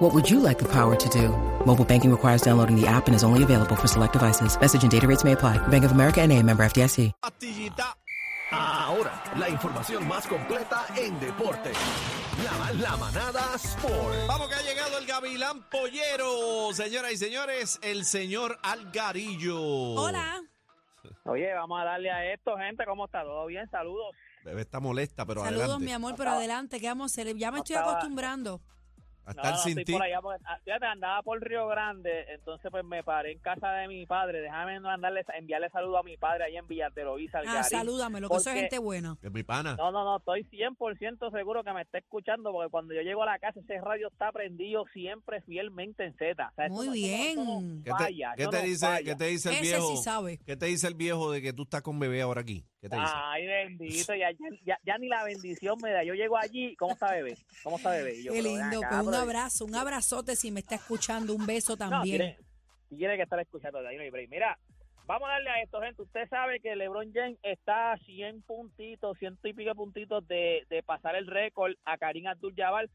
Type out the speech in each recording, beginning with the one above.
What would you like the power to do? Mobile banking requires downloading the app and is only available for select devices. Message and data rates may apply. Bank of America and a member FDIC. Pastillita. Ahora, la información más completa en deporte. La, la manada Sport. Vamos que ha llegado el Gavilán Pollero, señoras y señores, el señor Algarillo. Hola. Oye, vamos a darle a esto, gente. ¿Cómo está? ¿Todo bien? Saludos. Bebé está molesta, pero Saludos, adelante. mi amor, pero adelante, ¿qué vamos a hacer? Ya me estoy Estaba- acostumbrando. A estar sin estoy ti. por allá. porque, ah, Fíjate, andaba por Río Grande, entonces pues me paré en casa de mi padre. Déjame mandarle, enviarle saludos a mi padre ahí en Villaterovisa, al Ah, salúdame, lo que soy Porque- gente buena. Es mi pana. No, no, no, estoy 100% seguro que me está escuchando porque cuando yo llego a la casa ese radio está prendido siempre fielmente en Z. O sea, eso Muy no- eso no- eso no bien. ¿Qué te, falla, qué eso te no dice, falla. qué te dice el Ese viejo? sí sabe. ¿Qué te dice el viejo de que tú estás con bebé ahora aquí? ¿Qué te dice? Ay, bendito, ya, ya, ya- ya ni la bendición me da. Yo llego allí, ¿cómo está bebé? ¿Cómo está bebé? Y yo, Qué pero ven lindo, acá, pues un pero- abrazo, un abrazote si me está escuchando, un beso No, también. tiene, tiene que estar escuchando de ahí, no hay break. Mira, vamos a darle a esto, gente. Usted sabe que LeBron James está a 100 puntitos, ciento y pico puntitos de, de pasar el récord a Karim Abdul-Jabbar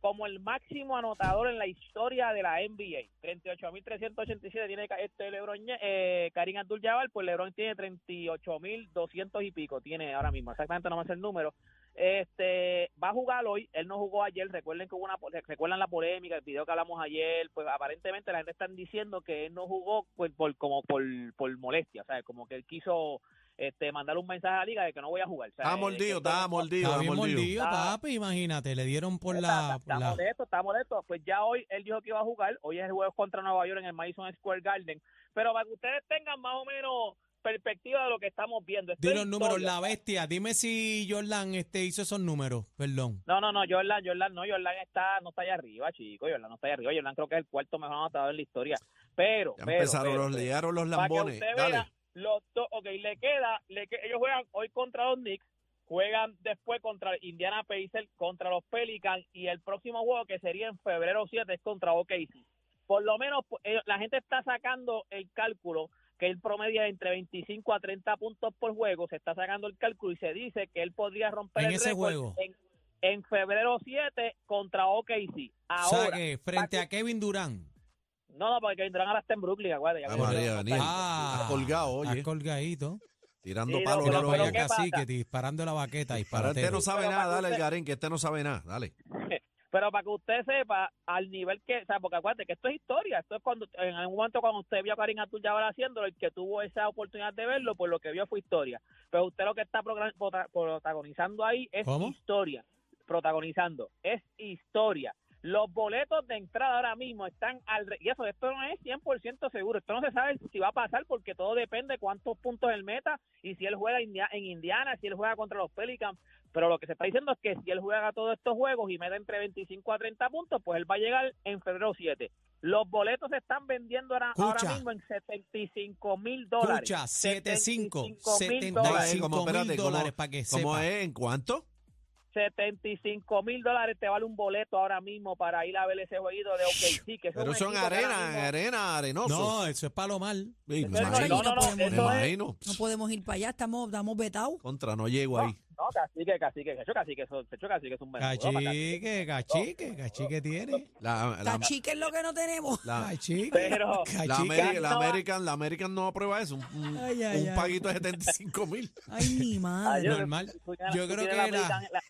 como el máximo anotador en la historia de la NBA. 38.387 tiene ca- este LeBron, Ja- eh, Karim Abdul-Jabbar, pues LeBron tiene 38.200 y pico, tiene ahora mismo, exactamente no me sé el número. Este va a jugar hoy, él no jugó ayer, recuerden que hubo una po- recuerdan la polémica, el video que hablamos ayer, pues aparentemente la gente están diciendo que él no jugó pues, por como por, por molestia, o sea, como que él quiso este mandar un mensaje a la liga de que no voy a jugar, o sea, eh, Estaba de mordido, que- estaba mordido, Está estaba bien mordido. mordido, Está- papi, imagínate, le dieron por está, la... está- está por la- molesto, está molesto. Pues ya hoy él dijo que iba a jugar. Hoy es el juego contra Nueva York en el Madison Square Garden. Pero para que ustedes tengan más o menos perspectiva de lo que estamos viendo. Esto Di es los números, historia. la bestia. Dime si Jordan este, hizo esos números, perdón. No, no, no, Jordan, Jordan no, Jordan está, no está allá arriba, chico, Jordan no está allá arriba, Jordan creo que es el cuarto mejor anotador en la historia, pero, Ya pero, empezaron, pero, los pero. liaron los Para que lambones. usted Dale. vea, los dos, ok, le queda, le que, ellos juegan hoy contra los Knicks, juegan después contra Indiana Pacers, contra los Pelicans, y el próximo juego que sería en febrero 7 es contra OKC. Por lo menos po- eh, la gente está sacando el cálculo que él promedia entre 25 a 30 puntos por juego, se está sacando el cálculo y se dice que él podría romper En el ese récord juego. En, en febrero 7 contra OKC. o sea Ahora, que frente pa' a Kevin Durán. no, no, porque Durant ahora está en Brooklyn, aguarda. ya Ah, que- María, no, Daniel. está- Ah, Está colgado, oye. Está colgadito. Tirando Sí, palos. no, Tira a pero los pa' allá, ¿qué oídos. pasa? cacique, disparando la baqueta, Para disparate. este no sabe Pero nada, para dale, el usted- garín, que este no sabe nada, dale. Pero para que usted sepa, al nivel que, o sea, porque acuérdate que esto es historia, esto es cuando, en algún momento cuando usted vio a Karim Abdul Jabbar haciéndolo, el que tuvo esa oportunidad de verlo, pues lo que vio fue historia. Pero usted lo que está progra- prota- protagonizando ahí es ¿Cómo? historia, protagonizando, es historia. Los boletos de entrada ahora mismo están al... re- Y eso, esto no es 100% seguro. Esto no se sabe si va a pasar porque todo depende cuántos puntos el meta y si él juega India- en Indiana, si él juega contra los Pelicans. Pero lo que se está diciendo es que si él juega todos estos juegos y mete entre 25 a 30 puntos, pues él va a llegar en febrero 7. Los boletos se están vendiendo ahora, ahora Escucha. mismo en 75 mil dólares. Escucha, 75, 75 No, es 75 como, espérate, mil como- dólares para que ¿Cómo sepa. es? ¿En cuánto? 75 mil dólares te vale un boleto ahora mismo para ir a ver ese jueguito de OKC. Que es Pero un son eh. equipo que ahora arena, mismo- arena, arenoso. No, eso es palomar. Me Eso es- imagino, no, no, no, me no eso es- imagino. No podemos ir para allá, estamos, estamos vetados. Contra, no llego ahí. No, casi que, casi que, casi que, casi que es un Cachique, cachique, cachique tiene. La, la- Cachique es lo que no tenemos. la- Cachique. Pero- cachique. Ah. la Ameri- la no va. American, la American no aprueba eso. Un, un- Ay, ay, un ay. paguito de 75 mil. Ay, mi madre. Adiós. normal. Yo creo que la era- American, la,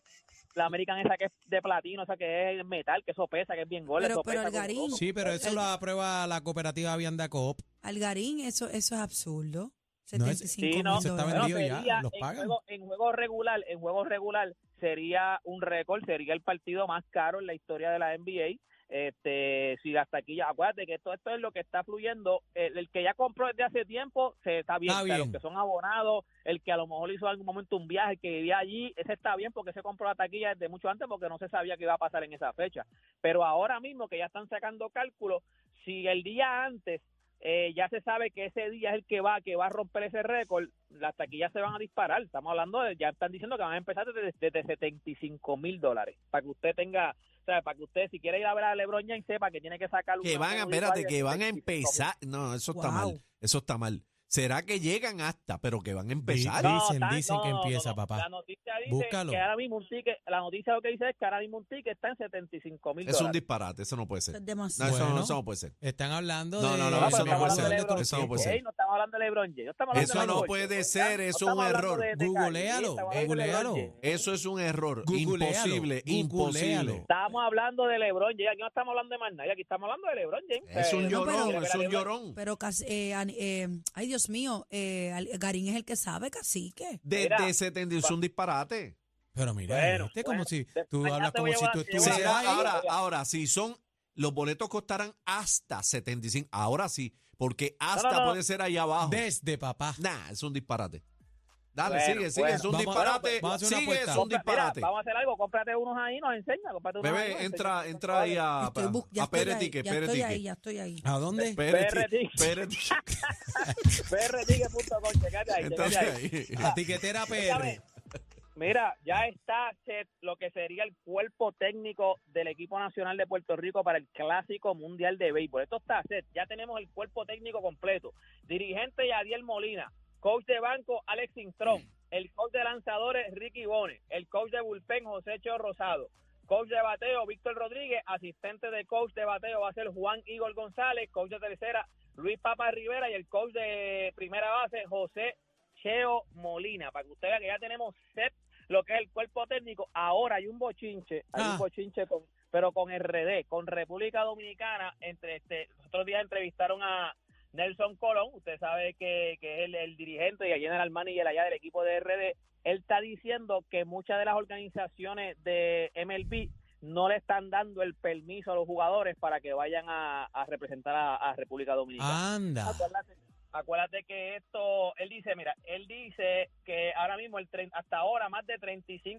la American esa que es de platino, esa que es metal, que eso pesa, que es bien gol. Pero- eso pero pesa Algarín. como- Sí, pero eso El- lo aprueba la cooperativa Vianda Coop. Algarín, eso, eso es absurdo. No, es- 75 Sí, no, mil Eso está dólares. Bueno, vendido ya, sería los en pagan. Juego, en juego regular, en juego regular sería un récord, sería el partido más caro en la historia de la NBA. Este, si las taquillas, acuérdate que todo esto es lo que está fluyendo. El, el que ya compró desde hace tiempo se está bien. Está O sea, bien. Los que son abonados, el que a lo mejor hizo en algún momento un viaje, el que vivía allí, ese está bien porque se compró la taquilla desde mucho antes porque no se sabía que iba a pasar en esa fecha. Pero ahora mismo que ya están sacando cálculos, si el día antes eh, ya se sabe que ese día es el que va, que va a romper ese récord, las taquillas se van a disparar. Estamos hablando, de, ya están diciendo que van a empezar desde, desde 75 mil dólares, para que usted tenga, o sea, para que usted si quiere ir a ver a LeBron James sepa que tiene que sacar Que una van a, media espérate, variable que de van a 75,000. empezar. No, eso está Guau. mal. Eso está mal. ¿Será que llegan hasta, pero que van a empezar? Di- Dicen, está- dicen que empieza, papá. La noticia dice Búscalo. que ahora mismo un ticket, la noticia lo que dice es que ahora mismo un ticket está en 75 mil es un dólares. disparate, eso no puede Eso ser. es No, demasiado. eso, no, Bueno. eso no puede ser. Están hablando No, no, de... no, Ah, eso pero no estamos puede hablando ser, eso de LeBron no puede James, ser. no estamos hablando de LeBron James, no estamos hablando Eso de no LeBron puede James, ser, ¿verdad? eso es No estamos un hablando error. de- de Kyrie, Googlealo, estamos hablando de googlealo. LeBron James. Eso es un error. Googlealo, imposible, googlealo. imposible. Estamos hablando de LeBron James, aquí no estamos hablando de más nadie, aquí estamos hablando de LeBron James. Es un Eh, no, pero- llorón, pero es un LeBron- llorón. Pero, casi- eh, an- eh, ay Dios mío, eh, al- Garín es el que sabe, cacique. Desde Mira, 70 es un disparate. Pero mira, Bueno, este bueno, como si de- tú mañana hablas te como voy a si tú llevar- te voy a estuvieras llevar- Será- ahí. ahora, Oiga. ahora, si son los boletos costarán hasta 75, ahora sí, porque hasta no, no. puede ser ahí abajo. Desde papá. Nah, es un disparate. Dale, Bueno, sigue, sigue, bueno. es un Vamos a- disparate. vamos a hacer una sigue, es apuesta. un Compra- mira, disparate. vamos a hacer algo, cómprate unos ahí, nos enseña, cómprate unos ahí, nos Bebé, enseña. entra, entra ahí a, Estoy bu- Este, ya a estoy Pérez ahí, Tique, ya Pérez estoy ahí, Tique. ya estoy ahí. ¿A dónde? Pérez Tique, Tique. Pérez Tique. PRTicket.com, checate ahí, checate Entonces ahí. ahí. A tiquetera PR. Mira, ya está set lo que sería el cuerpo técnico del equipo nacional de Puerto Rico para el Clásico Mundial de Béisbol. Esto está set, ya tenemos el cuerpo técnico completo. Dirigente Yadiel Molina, coach de banco Alex Intrón, el coach de lanzadores Ricky Bones, el coach de bullpen José Cho Rosado, coach de bateo Víctor Rodríguez, asistente de coach de bateo va a ser Juan Igor González, coach de tercera Luis Papa Rivera y el coach de primera base José Cheo Molina, para que usted vea que ya tenemos set lo que es el cuerpo técnico. Ahora hay un bochinche, hay Ah. un bochinche con, pero con RD, con República Dominicana, entre este, los otros días entrevistaron a Nelson Colón, usted sabe que, que es el, el dirigente y el general manager allá del equipo de RD, él está diciendo que muchas de las organizaciones de MLB no le están dando el permiso a los jugadores para que vayan a, a representar a, a República Dominicana. Ah. Anda. Acuérdate, acuérdate que esto, él dice, mira, él dice que ahora mismo, el tren- hasta ahora, más de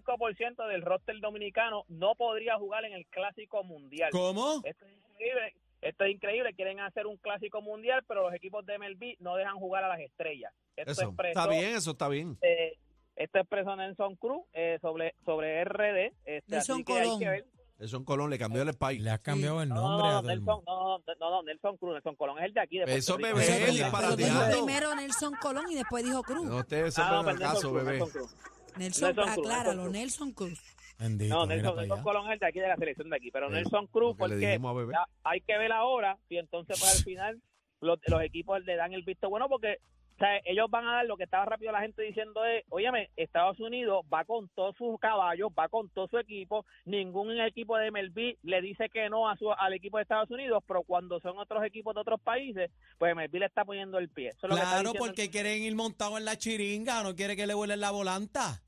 35% del roster dominicano no podría jugar en el Clásico Mundial. ¿Cómo? Esto es increíble. Esto es increíble, quieren hacer un clásico mundial, pero los equipos de MLB no dejan jugar a las estrellas. Esto Eso, expresó- está bien, eso está bien. eh, esto expresó Nelson Cruz eh, sobre, sobre RD. este, Nelson así que hay Colón. que ver. Eso Colón le cambió el spike. Le has cambiado el No, no, nombre a no, todo el Nelson, mundo. no, no, no, no, Nelson Cruz, Nelson Colón es el de aquí. De Puerto Eso, Rico. bebé, Eso él es verdad. Pero dijo disparateando. primero Nelson Colón y después dijo Cruz. No te Ah, no, sorprende pues, el caso, Nelson Cruz, bebé. Nelson Cruz. Nelson, Nelson Cruz, acláralo, Nelson Nelson Cruz. Bendito, No, mira Nelson, para Nelson allá. Colón es el de aquí de la selección de aquí, pero Eh, Nelson Cruz, lo que le porque dijimos a Bebé. ya hay que ver ahora si entonces para el final los, los equipos le dan el visto bueno, porque o sea, ellos van a dar lo que estaba rápido la gente diciendo es, óyeme, Estados Unidos va con todos sus caballos, va con todo su equipo, ningún equipo de MLB le dice que no a su, al equipo de Estados Unidos, pero cuando son otros equipos de otros países, pues MLB le está poniendo el pie. Eso es lo que está Claro, diciendo porque quieren ir montados en la chiringa, no quiere que le vuelen la volanta.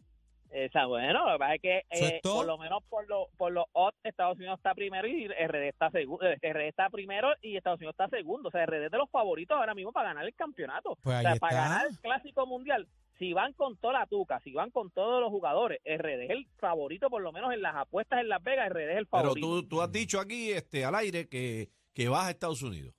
Esa, bueno, lo que pasa es que Eso es eh, todo. por lo menos por los por los odds Estados Unidos está primero y RD está segundo, RD está primero y Estados Unidos está segundo, o sea, RD es de los favoritos ahora mismo para ganar el campeonato. Pues o ahí sea, está. para ganar el Clásico Mundial, si van con toda la tuca, si van con todos los jugadores, RD es el favorito por lo menos en las apuestas en Las Vegas, RD es el Pero favorito. tú, tú has dicho aquí este, al aire que, que vas a Estados Unidos.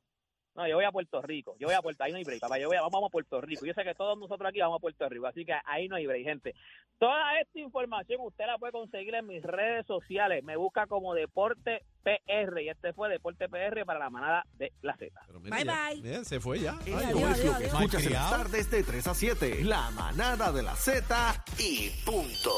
No, yo voy a Puerto Rico, yo voy a Puerto, ahí no hay break, papá, yo voy a, vamos a Puerto Rico, yo sé que todos nosotros aquí vamos a Puerto Rico, así que ahí no hay break, gente. Toda esta información usted la puede conseguir en mis redes sociales, me busca como Deporte PR y este fue Deporte PR para la manada de la Z. Pero mira, Bye, ya- bye. mira, se fue ya. Esto Ay, adiós, es lo adiós, que adiós. escuchas en las Malcriado. tardes de 3 a 7. La manada de la Z y punto.